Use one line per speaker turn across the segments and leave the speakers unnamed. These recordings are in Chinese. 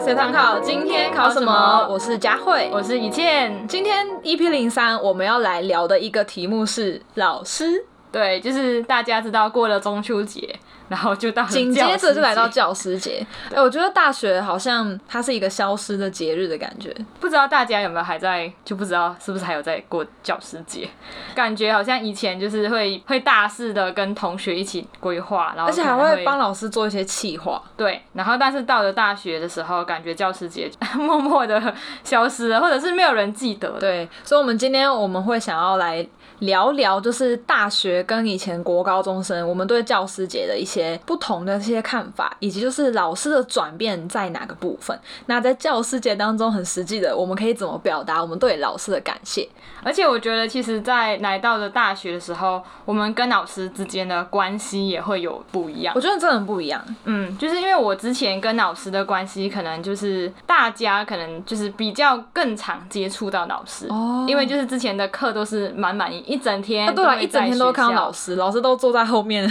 随堂考今天考什么？我是佳慧，
我是一倩。
今天 EP 零三我们要来聊的一个题目是老师，
对，就是大家知道过了中秋节，然后就到了
紧接
教
着
师
就来到
节
教师节。哎、我觉得大学好像它是一个消失的节日的感觉。
不知道大家有没有还在，就不知道是不是还有在过教师节，感觉好像以前就是会会大肆的跟同学一起规划，然后
而且还
可能
会
会
帮老师做一些企划，
对，然后但是到了大学的时候，感觉教师节 默默的消失了，或者是没有人记得。，
对，所以，我们今天我们会想要来聊聊，就是大学跟以前国高中生，我们对教师节的一些不同的一些看法，以及就是老师的转变在哪个部分。那在教师节当中，很实际的，我们可以怎么表达我们对老师的感谢？
而且我觉得其实，在来到了大学的时候，我们跟老师之间的关系也会有不一样
我。觉得真的很不一样。
嗯，就是因为我之前跟老师的关系，可能就是大家可能就是比较更常接触到老师，
哦
因为就是之前的课都是满满一一整天，
那对啊了，一整天都看到老
师。
师，老师都坐在 后面。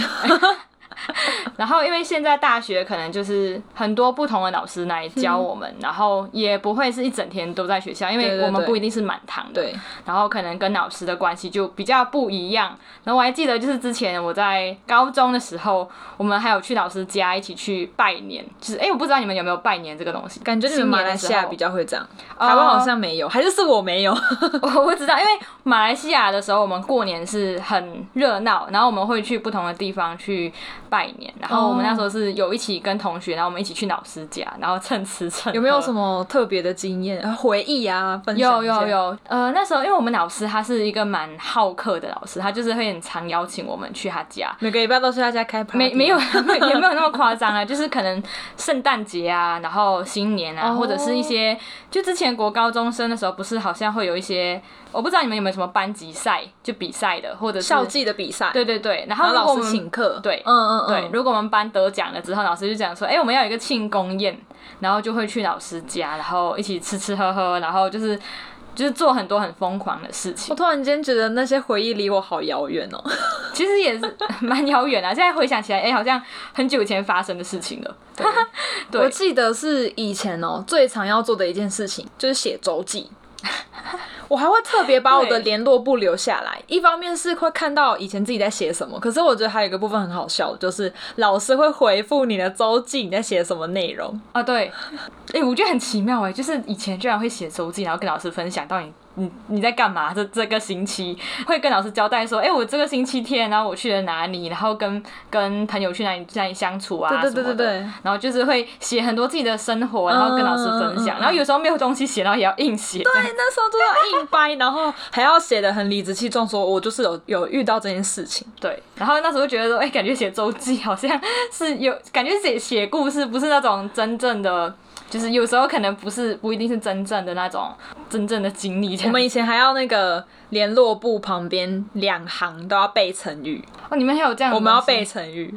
然后因为现在大学可能就是很多不同的老师来教我们，然后也不会是一整天都在学校，因
嗯对
为
对
我们
对
不一定是满堂的，
对，
然后可能跟老师的关系就比较不一样。然后我还记得就是之前我在高中的时候，我们还有去老师家一起去拜年，就是哎，我不知道你们有没有拜年这个东西，
感觉你们
新年
马
的
来
时
西亚
候
比 较会这样，台湾好
哦
像没有，还是是我没有。
我不知道，因为马来西亚的时候，我们过年是很热闹，然后我们会去不同的地方去拜年，然后我们那时候是有一起跟同学，然后我们一起去老师家，然后蹭吃蹭。
有没有什
么？
么特别的经验、呃回忆啊？分
有
享一下
有有，呃，那时候因为我们老师他是一个蛮好客的老师，他就是会很常邀请我们去他家，
每个礼拜都去他家开 party，啊
没没有 没有也没有那么夸张啊，就是可能圣诞节啊，然后新年啊
哦
或者是一些就之前国高中生的时候，不是好像会有一些，我不知道你们有没有什么班级赛就比赛的，或者是
校际的比赛，，
对对对，然
然
后
后
如果我
老师
们
请客，
对
嗯嗯
对
嗯，，
如果我们班得奖了之后，老师就讲说，哎、我们要有一个庆功宴，然后就会去老师家，然后一起吃吃喝喝，然后就是就是做很多很疯狂的事情
我。突然间觉得那些回忆离我好遥远哦，
其实也是蛮遥远啊，现在回想起来，哎、好像很久以前发生的事情了。 对
我记得是以前哦，最常要做的一件事情就是写周记。 我还会特别把我的
对
联络簿留下来，一方面是会看到以前自己在写什么，可是我觉得还有一个部分很好笑的，就是老师会回复你的周记你在写什么内容。
啊，对， 哎、我觉得很奇妙哎、就是以前居然会写周记，然后跟老师分享到底你你在干嘛，这这个星期会跟老师交代说，哎、我这个星期天，然后我去了哪里，然后跟跟朋友去哪里去哪里相处啊，
对对对对对，
然后就是会写很多自己的生活，然后跟老师分享，
嗯嗯嗯
然后有时候没有东西写，然后也要硬写，
对，哎那时候就要硬掰，然后还要写的很理直气壮，说我就是有有遇到这件事情。
对，然后那时候就觉得说，哎、感觉写周记好像是有感觉写写故事，不是那种真正的，就是有时候可能不是不一定是真正的那种真正的经历这样。
我们以前还要那个联络簿旁边两行都要背成语，
哦，你们还有这样的
我们要
东西
背成语，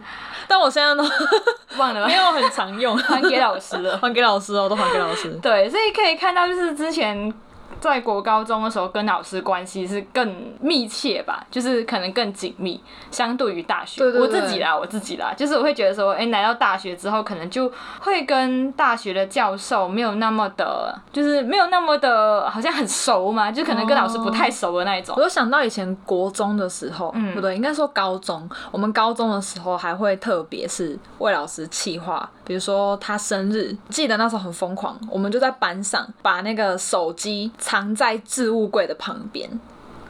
但我现在都
忘了吧
没有很常用，
还给老师了。
还给老师哦，都还给老师。
对，所以可以看到，就是之前在国高中的时候，跟老师关系是更密切吧，就是可能更紧密，相对于大学。
对对对
我自己啦，我自己啦，就是我会觉得说，哎、来到大学之后，可能就会跟大学的教授没有那么的，就是没有那么的，好像很熟嘛，就可能跟老师不太熟的那一种。
我就想到以前国中的时候，
嗯
不对，应该说高中。我们高中的时候还会特别是为老师气话，比如说他生日，记得那时候很疯狂，我们就在班上把那个手机藏在置物柜的旁边。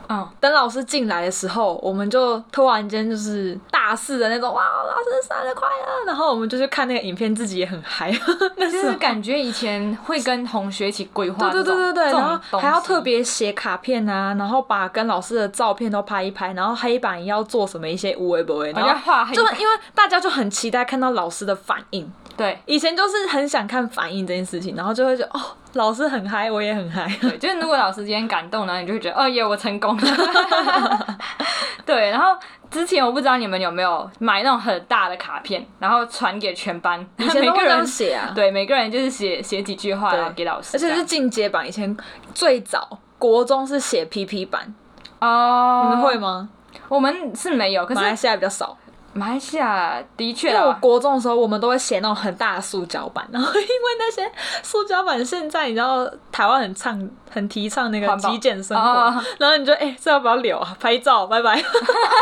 嗯，
等老师进来的时候，我们就突然间就是大肆的那种哇，老师生日快乐！然后我们就去看那个影片，自己也 很嗨。 那
就
时
是
候
感觉以前会跟同学一起规划
对
这种，
对对对
这
对，
种
然后还要
东西
特别写卡片啊，然后把跟老师的照片都拍一拍，然后黑板也要做什么一些无为不为，
好
然
像
后
哦画黑
就
板
因为大家就很期待看到老师的反应，
对。
以前就是很想看反应这件事情，然后就会觉得哦，老师很嗨，我也很 嗨。
对，就是如果老师今天感动了，你就会觉得，哦耶，我成功了。 对，然后之前我不知道你们有没有买那种很大的卡片，然后传给全班，
以 前
每
都会
个
这样
人
写啊，
对每个人就是写写几句话
对
然后给老师
而
这
且
样，
是进阶版，以前最早国中是写 PP 版，
哦，
你们会？吗？
我们是没有，可
马来
是
西亚比较少，
马来西亚的确
因为我
啦，
国中的时候，我们都会写那种很大的塑胶板，然后因为那些塑胶板现在你知道台湾很倡很提倡那个
环保
极简生
啊啊
活
啊，
然后你就哎、这要不要留啊？拍照，拜拜。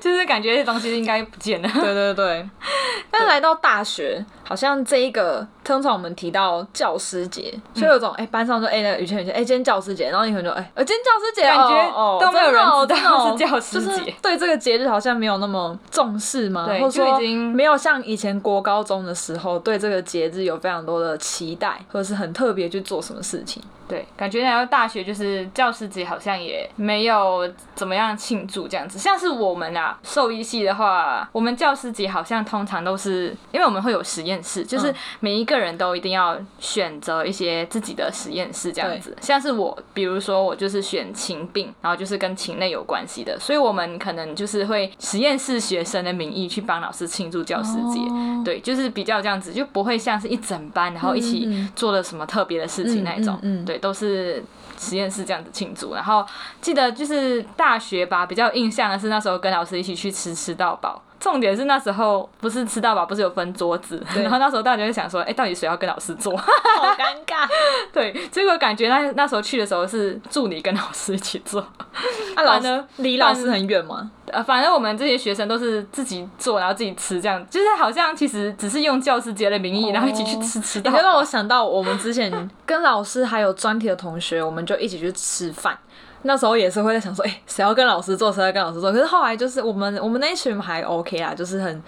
就是感觉这东西应该不见 了。
对对对。但来到大学，好像这一个通常我们提到教师节，所以有
嗯
种哎、班上说哎、那个雨倩雨倩哎、今天教师节，然后你可能就哎、呃今天教师节，
感觉
哦哦
都没有人知道
真的哦
是教师节
就是对这个节日好像没有那么重视嘛，
对
或者
就已
说
经
没有像以前国高中的时候对这个节日有非常多的期待，或者是很特别去做什么事情。
对，感觉来到大学就是教师节好像也没有怎么样庆祝这样子。像是我们啊，兽医系的话，我们教师节好像通常都是因为我们会有实验室，就是
嗯
每一个人都一定要选择一些自己的实验室这样子。像是我，比如说我就是选禽病，然后就是跟禽类有关系的，所以我们可能就是会实验室学生的名义去帮老师庆祝教师节。
哦
对，就是比较这样子，就不会像是一整班然后一起
嗯嗯嗯
做了什么特别的事情那一种。
嗯嗯嗯
对，都是实验室这样子庆祝。然后记得就是大学吧，比较有印象的是那时候跟老师一起去吃吃到饱。重点是那时候不是吃到饱，不是有分桌子，
对
然后那时候大家就想说，哎、到底谁要跟老师坐？
好尴 尬。
对，结果感觉那那时候去的时候是助理跟老师一起坐，
那、啊老
反
师
而
离老师很远吗？
呃，反正我们这些学生都是自己做，然后自己吃，这样就是好像其实只是用教师节的名义，
哦
然后一起去吃吃
你
到
就让
饱。
我想到我们之前跟老师还有专题的同学，我们就一起去吃饭。那时候也是会在想说，哎、谁要跟老师做，谁要跟老师做。可是后来就是我们我们那一群还 OK 啦，就是很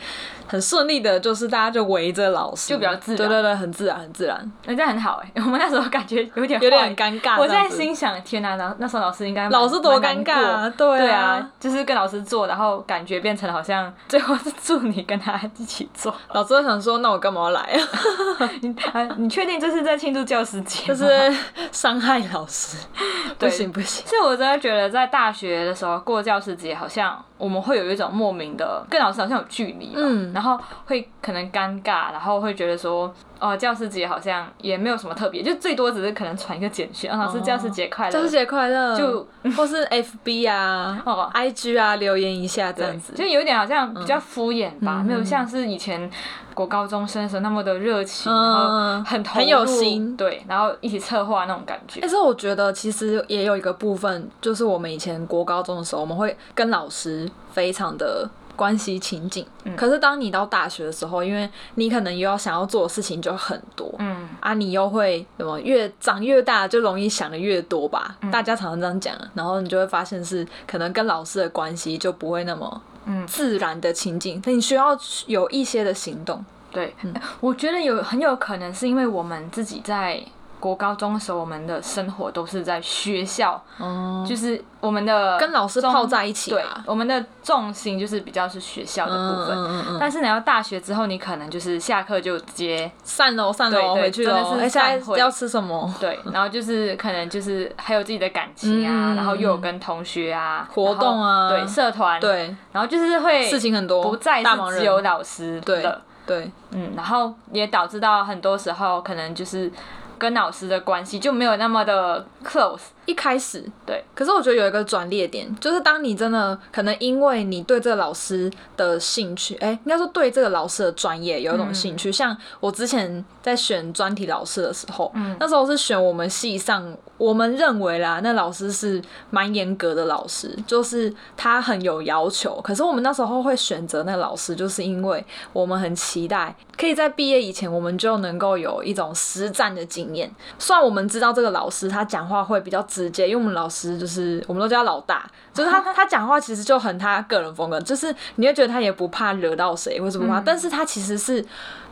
很顺利的，就是大家就围着老师，
就比较自然
对对对，很自然，很自然，
人家很好哎、 我们那时候感觉有点
有点
坏
很尴尬。
我
这样
在
子
心想，天哪、那那时候老师应该蛮
老师多尴尬啊
蛮难过
对啊
对啊，就是跟老师做，然后感觉变成好像最后是助你跟他一起做。
老师就想说，那我干嘛要来啊？
你啊，你确定这是在庆祝教师节吗？
就是伤害老师，不
对
行不行。
是我真的觉得在大学的时候过教师节，好像我们会有一种莫名的跟老师好像有距离吧，
嗯
然后会可能尴尬，然后会觉得说，哦、教师节好像也没有什么特别，就最多只是可能传一个简讯，啊、老师
哦
教师节快乐，
教师节快乐！
就
或是 FB 啊、
哦
IG 啊，留言一下这
这
样
样
子
子，。就有点好像比较敷衍吧，
嗯
没有像是以前国高中生的时候那么的热情，
嗯
然后很投
很有
入
心
对，然后一起策划那种感觉
但。是我觉得其实也有一个部分，就是我们以前国高中的时候，我们会跟老师非常的关系亲近。
嗯
可是当你到大学的时候，因为你可能又要想要做的事情就很多。
嗯，
啊，你又会什么越长越大就容易想的越多吧？
嗯
大家常常这样讲，然后你就会发现是可能跟老师的关系就不会那么
嗯
自然的亲近，那你需要有一些的行动。
对，我觉得
嗯
有很有可能是因为我们自己在国高中的时候，我们的生活都是在学校，
哦，
就是我们的
跟老师
中
泡在一起
对
吧，
我们的重心就是比较是学校的部分。
嗯嗯嗯嗯
但是你到大学之后，你可能就是下课就直接
散喽散
对
喽，
对
回去喽。
真的
哎，
是
现
散
在
会
要吃什么？
对， 然后就是可能就是还有自己的感情啊，
嗯
然后又有跟同学啊、
活动啊
然后对，社团，
对，
然后就是会
事情很多，
不再
大忙
是
人
只有老师
对
的，
对，
嗯，然后也导致到很多时候可能就是跟老师的关系就没有那么的 close，
一开始
对。
可是我觉得有一个转捩点，就是当你真的可能因为你对这个老师的兴趣，哎、应该说对这个老师的专业有一
嗯
种兴趣。像我之前在选专题老师的时候，
嗯
那时候是选我们系上，我们认为啦，那老师是蛮严格的老师，就是他很有要求。可是我们那时候会选择那个老师，就是因为我们很期待可以在毕业以前，我们就能够有一种实战的经验。虽然我们知道这个老师他讲话会比较直接，因为我们老师就是我们都叫他老大，就是他他讲话其实就很他个人风格，就是你会觉得他也不怕惹到谁或是不怕，
嗯
但是他其实是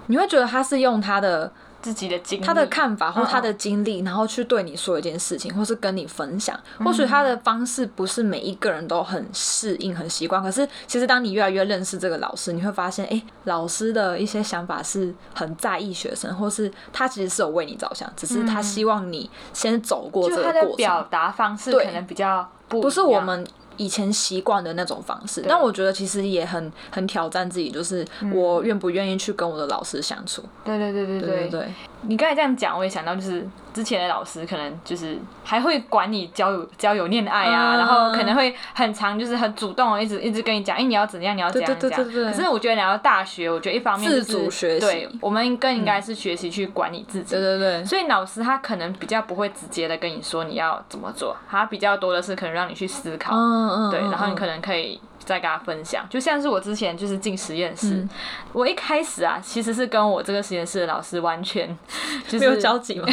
你会觉得他是用他的
自己的经历，
他的看法
嗯
或
嗯
他的经历，然后去对你说一件事情，或是跟你分享。
嗯
或许他的方式不是每一个人都很适应、很习惯，可是其实当你越来越认识这个老师，你会发现，哎、老师的一些想法是很在意学生，或是他其实是有为你着想，只是他希望你先走过这
嗯就他
个
的
过程
表。达方式
对
可能比较不
不
不
是我们以前习惯的那种方式。但我觉得其实也很很挑战自己，就是
嗯
我愿不愿意去跟我的老师相处。
对对对对
对对对，
你刚才这样讲，我也想到，就是之前的老师可能就是还会管你交友交友恋爱啊，
嗯
然后可能会很常就是很主动，一直一直跟你讲，哎、你要怎样，你要怎样，
对对对
这样
对对对
可是我觉得聊到大学，我觉得一方面、就是、
自主学习嗯
对，我们更应该是学习去管理自己。
对对对，
所以老师他可能比较不会直接的跟你说你要怎么做，他比较多的是可能让你去思考，
嗯嗯，
对，
嗯
然后你
嗯
可能可以再跟他分享。就像是我之前就是进实验室，
嗯
我一开始啊，其实是跟我这个实验室的老师完 全就是
没有交集嘛，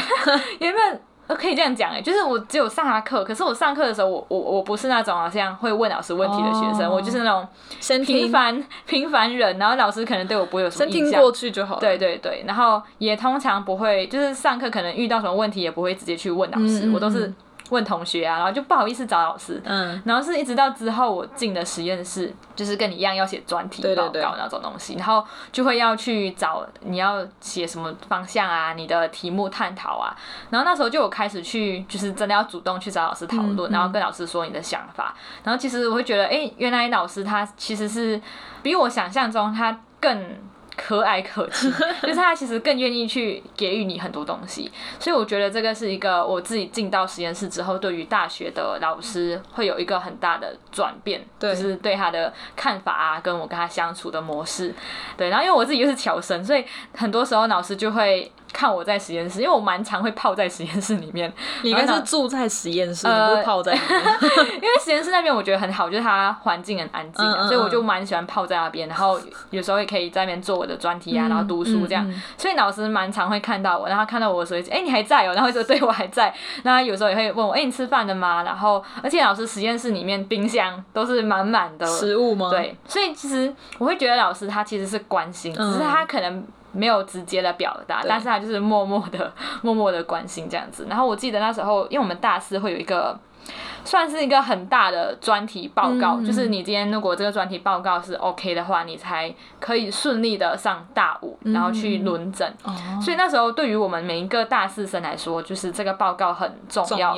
原本。呃可以这样讲哎、就是我只有上他课，可是我上课的时候，我我我不是那种好像会问老师问题的学生，
哦
我就是那种
先
平
听
凡平凡人，然后老师可能对我不会有什么
先
印
听
象
过，去就好了。
对对对，然后也通常不会，就是上课可能遇到什么问题也不会直接去问老师，
嗯嗯
我都是
嗯
问同学啊，然后就不好意思找老师。
嗯，
然后是一直到之后我进了实验室，就是跟你一样要写专题
对对
报
对
告那种东西，然后就会要去找你要写什么方向啊，你的题目探讨啊。然后那时候就有开始去，就是真的要主动去找老师讨论，
嗯嗯
然后跟老师说你的想法。然后其实我会觉得，哎，原来老师他其实是比我想象中他更。可蔼可亲，就是他其实更愿意去给予你很多东西，所以我觉得这个是一个我自己进到实验室之后，对于大学的老师会有一个很大的转变，
对
就是对他的看法啊，跟我跟他相处的模式，对。然后因为我自己又是侨生，所以很多时候老师就会看我在实验室，因为我蛮常会泡在实验室里面，
你应该
然后
是
呢
住在实验室，
呃
你不是泡在里面。
因为实验室那边我觉得很好，就是它环境很安静、啊，
嗯嗯嗯
所以我就蛮喜欢泡在那边，然后有时候也可以在那边做我的专题啊，
嗯
然后读书这样。
嗯嗯
所以老师蛮常会看到我，然后看到我的时候，哎、你还在哦、然后就对我还在。那有时候也会问我，哎、你吃饭了吗？然后而且老师实验室里面冰箱都是满满的
食物吗？，
对，所以其实我会觉得老师他其实是关心，
嗯
只是他可能没有直接的表达，
对
但是他就是默默的、默默的关心这样子。然后我记得那时候，因为我们大四会有一个。算是一个很大的专题报告，
嗯
就是你今天如果这个专题报告是 OK 的话，你才可以顺利的上大五，然后
嗯
去轮诊。
哦，
所以那时候对于我们每一个大四生来说，就是这个报告很
重要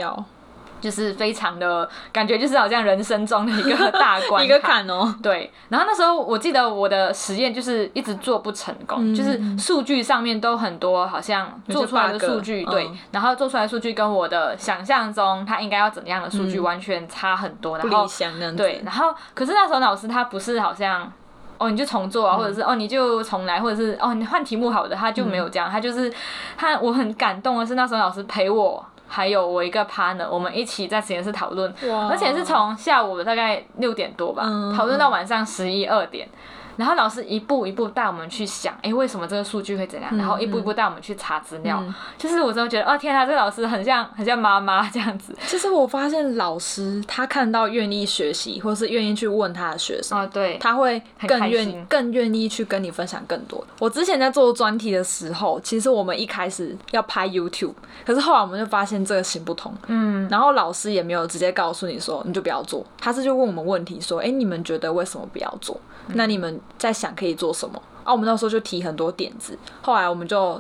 就是非常的感觉，就是好像人生中的一个 大关
一个
卡
坎哦。
对，然后那时候我记得我的实验就是一直做不成功，
嗯
就是数据上面都很多好像
有些
做出来的
bug，
数据，
嗯
对，然后做出来的数据跟我的想象中它应该要怎么样的数据完全差很多，
嗯不
然后
理想那样子，
对，然后可是那时候老师他不是好像。哦，你就重做啊，
嗯
或者是、哦，你就重来，或者是哦，你换题目好的，他就没有这
嗯
样，他就是他，我很感动的是那时候老师陪我，还有我一个 partner，我们一起在实验室讨论
哇，
而且是从下午大概六点多吧
哦嗯，
讨论到晚上十一二点。然后老师一步一步带我们去想，诶，为什么这个数据会怎样？然后一步一步带我们去查资料，
嗯
就是我真的觉得，哦天啊，这个老师很像很像妈妈这样子。
其实我发现老师他看到愿意学习，或是愿意去问他的学生，
哦，对，
他会更
很开心
愿更愿意去跟你分享更多。我之前在做专题的时候，其实我们一开始要拍 YouTube，可是后来我们就发现这个行不通，
嗯，
然后老师也没有直接告诉你说你就不要做，他是就问我们问题说，哎，你们觉得为什么不要做？那你们在想可以做什么？啊，我们那时候就提很多点子，后来我们就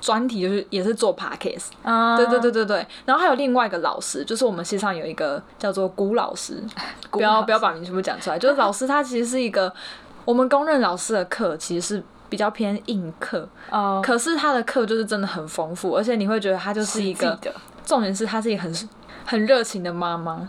专题就是也是做 podcast，
啊
对对，对对对，然后还有另外一个老师，就是我们系上有一个叫做古老师，
古
不要
老
不要把名全部讲出来，就是老师他其实是一个我们公认老师的课其实是比较偏硬课，
哦，
可是他的课就是真的很丰富，而且你会觉得他就是一
实
个
际的
重点是他是一个很很热情的妈妈，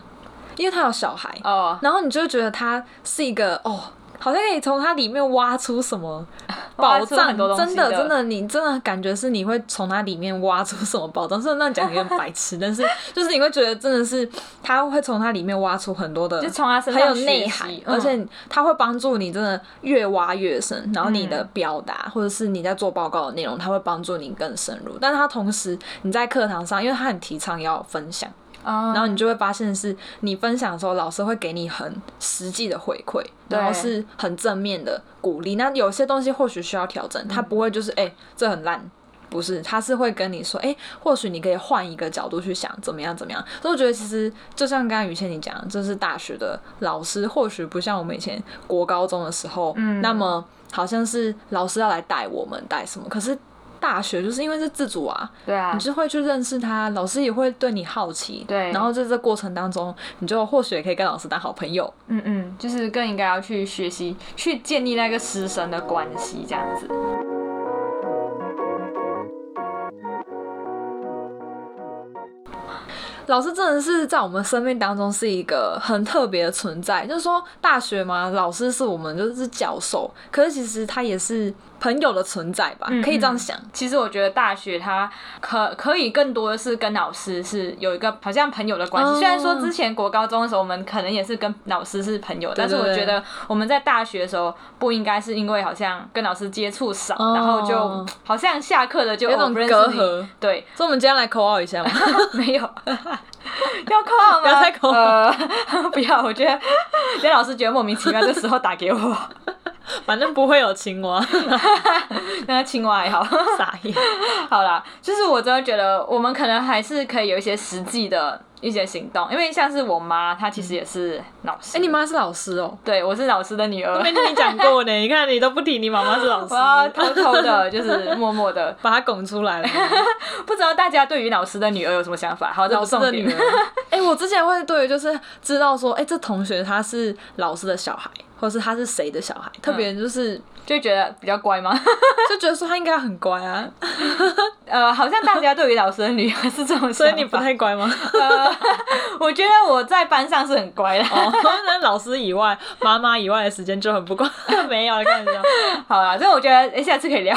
因为他有小孩，
哦，
然后你就会觉得他是一个哦。好像可以从他里面挖出什么
挖
宝
出
藏，
很多东西
真的
的
真的，你真的感觉是你会从它里面挖出什么宝藏。虽然那样讲有点白痴，但是就是你会觉得真的是他会从它里面挖出很多的，
就从他身
很
上
有内
学
涵
习，
而
嗯
且它会帮助你真的越挖越深。然后你的表达、或者是你在做报告的内容，它会帮助你更深入。但是它同时你在课堂上，因为它很提倡要分享。
哦
然后你就会发现是你分享的时候，老师会给你很实际的回馈，
对
然后是很正面的鼓励。那有些东西或许需要调整，他
嗯
不会就是哎、这很烂。不是，他是会跟你说，哎、或许你可以换一个角度去想，怎么样怎么样。所以我觉得其实就像刚刚雨倩你讲的，就是大学的老师或许不像我们以前国高中的时候，
嗯
那么好像是老师要来带我们带什么，可是大学就是因为是自主啊，
对啊
你，就会去认识他，老师也会对你好奇，
对
然后在这过程当中，你就或许也可以跟老师当好朋友，
嗯嗯，就是更应该要去学习，去建立那个师生的关系，这样子。
老师真的是在我们生命当中是一个很特别的存在。就是说，大学嘛，老师是我们就是教授，可是其实他也是朋友的存在吧，
嗯
可以这样想。
其实我觉得大学它可可以更多的是跟老师是有一个好像朋友的关系。
哦
虽然说之前国高中的时候，我们可能也是跟老师是朋友，但是
对
我
对
觉得我们在大学的时候不应该是因为好像跟老师接触少，
哦
然后就好像下课了就
有一
哦
种
不认识
隔
你
阂。
对，
所以，我们今天来 call out 一 下嘛。
没有，要扣号吗？
不要再扣号
呃， 不要，我觉得连老师觉得莫名其妙，这时候打给我，
反正不会有青蛙，
那个青蛙也好。
傻 眼。
好啦，就是我真的觉得我们可能还是可以有一些实际的一些行动，因为像是我妈，她其实也是老师。
哎、你？妈是老师哦、
对，我是老师的女
我
儿。
没跟你讲过呢。你看，你都不提你妈妈是老 师
我，要偷偷的，就是默默的，
把她拱出来了。
不知道大家对于老师的女儿有什么想法？好，这
老
不
师
重
的
点
女儿。 哎、我之前会对于就是知道说，哎、这同学他是老师的小孩，或者是他是谁的小孩，特别就是
就觉得比较乖吗？
就觉得说他应该很乖啊，
呃，好像大家对于老师的女儿是这种想法。
所以你不太乖吗？
呃， 我觉得我在班上是很乖的。
哦，那老师以外、妈妈以外的时间就很不乖， 没有开玩笑。
好啦，这我觉得、诶下次可以 聊。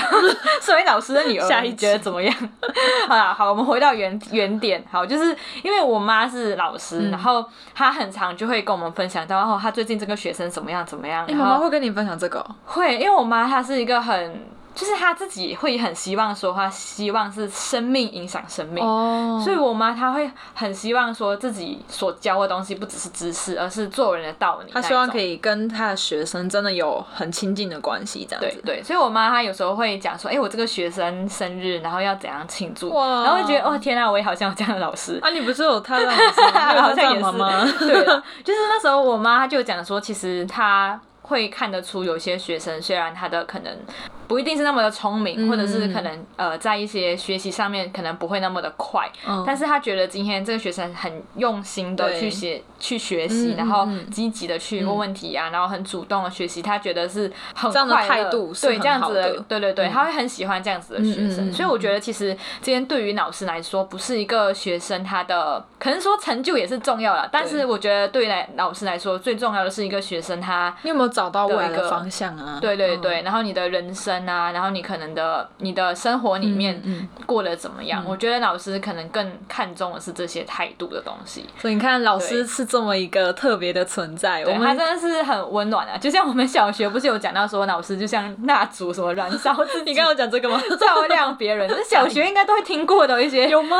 身为老师的女儿，
下一
你觉得
集
怎么样？ 好啦，好，我们回到原原点。好，就是因为我妈是老师，
嗯
然后她很常就会跟我们分享到，哦，她最近这个学生怎么样怎么样。
哎、
然
妈妈
后
会跟你分享这个、哦，
会，因为我妈她是一个很，就是她自己会很希望说，她希望是生命影响生命。
哦
所以，我妈她会很希望说自己所教的东西不只是知识，而是做人的道理那一种。
他希望可以跟他的学生真的有很亲近的关系，这样
对
子。
对，所以我妈她有时候会讲说，哎、我这个学生生日，然后要怎样庆祝，
哇
然后会觉得，哦天啊，我也好像有这样的老师。
啊，你不是有他的老师吗， 你 有
好像
他的
也是
妈妈。
对了，就是那时候我妈她就讲说，其实她会看得出有些学生虽然他的可能不一定是那么的聪明，
嗯
或者是可能呃在一些学习上面可能不会那么的快，
嗯
但是她觉得今天这个学生很用心的
对
去学去学
嗯
习，
嗯
然后
嗯
积极的去问问题啊，然后很主动的学习，她觉得是很
这样的
快乐
态度是
对
很
这样
好
子
的嗯
对对对，她会很喜欢这样子的学
嗯嗯
生，
嗯
所以我觉得其实今天对于老师来说，不是一个学生他的可能说成就也是重要了，但是我觉得对于来老师来说，最重要的是一个学生他
你有没有找到未来
有一
的
个
方向啊？
对对
嗯，
对，然后你的人生啊，然后你可能的你的生活里面
嗯
过得怎么样？我觉得老师可能更看重的是这些态度的东西。
所以你看，老师是这么一个特别的存在。我
对，他
们
真的是很温暖啊，就像我们小学不是有讲到说，老师就像蜡烛什么燃烧自己
你刚刚有讲这 个吗？
照亮别 人，这小学应该都会听过的一些
有 吗？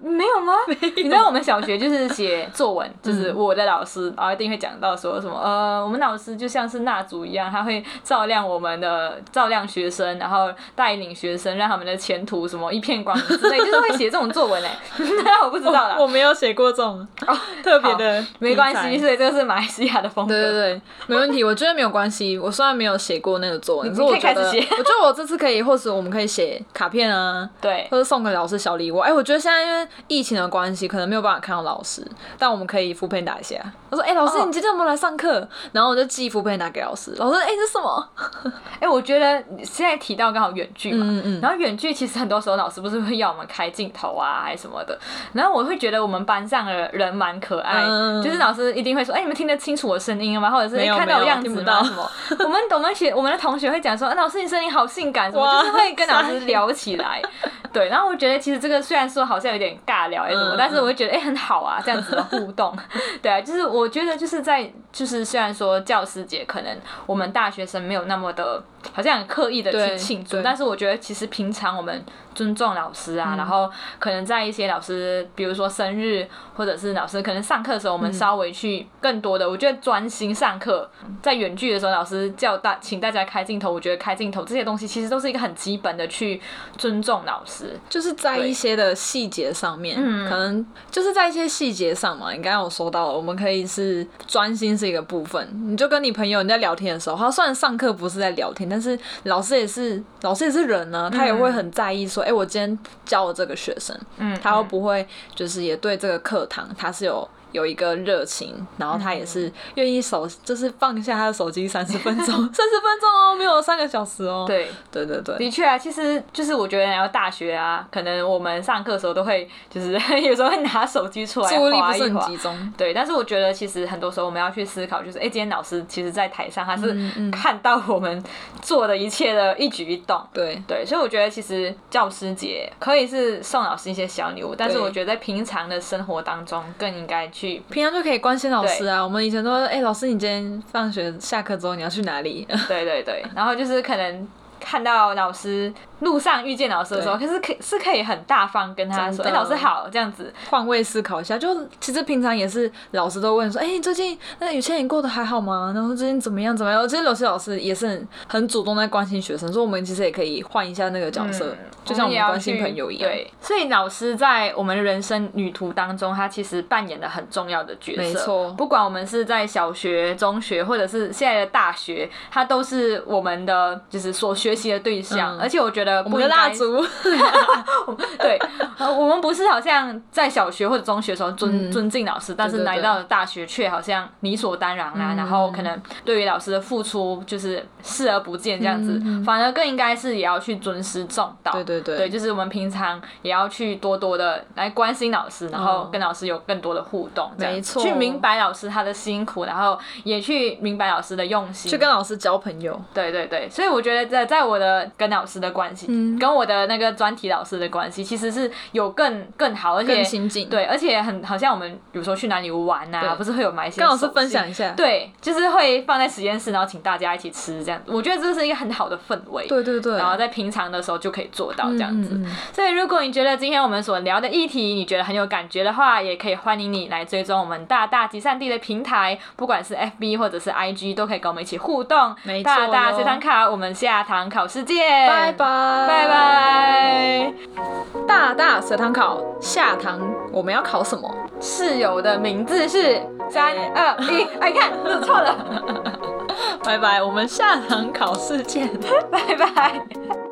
没有吗？ 你知道我们小学就是写作文，就是
嗯
我的老师，然后一定会讲到说什么呃，我们老师就像是蜡烛一样，他会照亮我们的照亮学生，然后带领学生，让他们的前途什么一片光明之类，就是会写这种作文哎、 那我不知道啦，
我没有写过这种 特别的，
没关系，。所以这个是马来西亚的风格。
对对对，没问题，我觉得没有关系。我虽然没有写过那个作文，
你
可是我
你可
觉
以
得，
开始写
我觉得我这次可以，或许我们可以写卡片 啊，
对
或者送给老师小礼物。哎、我觉得现在因为疫情的关系，可能没有办法看到老师，但我们可以扶佩打一下。我说，哎、老师，
哦
你今天有没有来上课？然后我就寄扶佩打给老师，老师，哎、这是什么？
哎、我觉得现在提到刚好远距嘛，
嗯嗯
然后远距其实很多时候老师不是会要我们开镜头啊，还是什么的，然后我会觉得我们班上的人蛮可爱，
嗯
就是老师一定会说，哎、你们听得清楚我声音吗？或者是
没有
哎看到我
没有
样子
听不
吗？
到
什么？我们我们学我们的同学会讲说，啊、老师你声音好性感，什么
哇
就是会跟老师聊起来，对，然后我觉得其实这个虽然说好像有点尬聊还是什么，
嗯
但是我会觉得哎、很好啊，这样子的互动， 对啊，就是我觉得就是在就是虽然说教师节可能我们大学生没有那么的，好像很刻意的去
对
庆祝，
对嗯
但是我觉得其实平常我们尊重老师啊，然后可能在一些老师，比如说生日或者是老师可能上课的时候，我们
嗯
稍微去更多的，我觉得专心上课，在远距的时候，老师叫大请大家开镜头，我觉得开镜头这些东西其实都是一个很基本的去尊重老师，是？
就是在一些的细节上面，
嗯
可能就是在一些细节上嘛。你刚刚有说到了，我们可以是专心是一个部分。你就跟你朋友你在聊天的时候，他虽然上课不是在聊天，但是老师也是老师也是人呢、他也会很在意说，哎、我今天教了这个学生，
嗯，
他会不会就是也对这个课堂他是有。有一个热情，然后他也是
嗯
愿意手，就是放下他的手机三十分钟，三十分钟哦，没有三个小时哦。
对，
对对对，
的确啊，其实就是我觉得，然后大学啊，可能我们上课的时候都会，就是 有时候会拿手机出来
注意力不
划
是
一
很
划
集。中。
对，但是我觉得其实很多时候我们要去思考，就是哎、诶今天老师其实在台上他是
嗯嗯
看到我们做的一切的一举一动。
对，
对，所以我觉得其实教师节可以是送老师一些小礼物，但是
对
我觉得在平常的生活当中更应该去
平常就可以关心老师啊。我们以前都说，哎、老师，你今天放学下课之后你要去哪里？
对对对，然后就是可能看到老师路上遇见老师的时候，可是可是可以很大方跟他说：“
真
哎、
的
老师好。”这样子，
换位思考一下，就其实平常也是老师都问说，哎、你最近那有些人过得还好吗？然后最近怎么样怎么样？其实有些老师也是很很主动在关心学生，所以我们其实也可以换一下那个角色，嗯
嗯
就像我
也
们
要
关心
去
朋友一样。
对，所以老师在我们人生旅途当中，他其实扮演了很重要的角色。
没错
不管我们是在小学、中学，或者是现在的大学，他都是我们的就是所学习的对象。
嗯
而且我觉得
我
不
们
应
的
该
蜡烛，
对，呃我们不是好像在小学或者中学的时候尊、
嗯
尊敬老师，但是
对对
来到了大学却好像理所当然啦、
嗯
然后可能对于老师的付出就是视而不见这样子，
嗯嗯嗯
反而更应该是也要去尊师重道。
对对对
对，就是我们平常也要去多多的来关心老师，然后跟老师有更多的互动，这样
嗯没错
去明白老师他的辛苦，然后也去明白老师的用心，
去跟老师交朋友。
对对对，所以我觉得在在我的跟老师的关系，
嗯
跟我的那个专题老师的关系，其实是有更更好，而且
更亲近
对，而且很好像我们有时候去哪里玩啊，
对
不是会有买一些
跟老师
手信
分享一下
对，就是会放在实验室，然后请大家一起吃这样子，我觉得这是一个很好的氛围。
对对对，
然后在平常的时候就可以做到这样子，
嗯嗯嗯
所以如果你觉得今天我们所聊的议题你觉得很有感觉的话，也可以欢迎你来追踪我们大大集散地的平台，不管是 FB 或者是 IG 都可以跟我们一起互动。
没错
大
哟
大随堂考，我们下堂考试见，
拜拜，
拜
拜。
拜。
大大随堂考，下堂我们要考什么？
室友的名字是三
哎
二一，哎，看录错了，
拜拜，我们下堂考试见。
拜拜。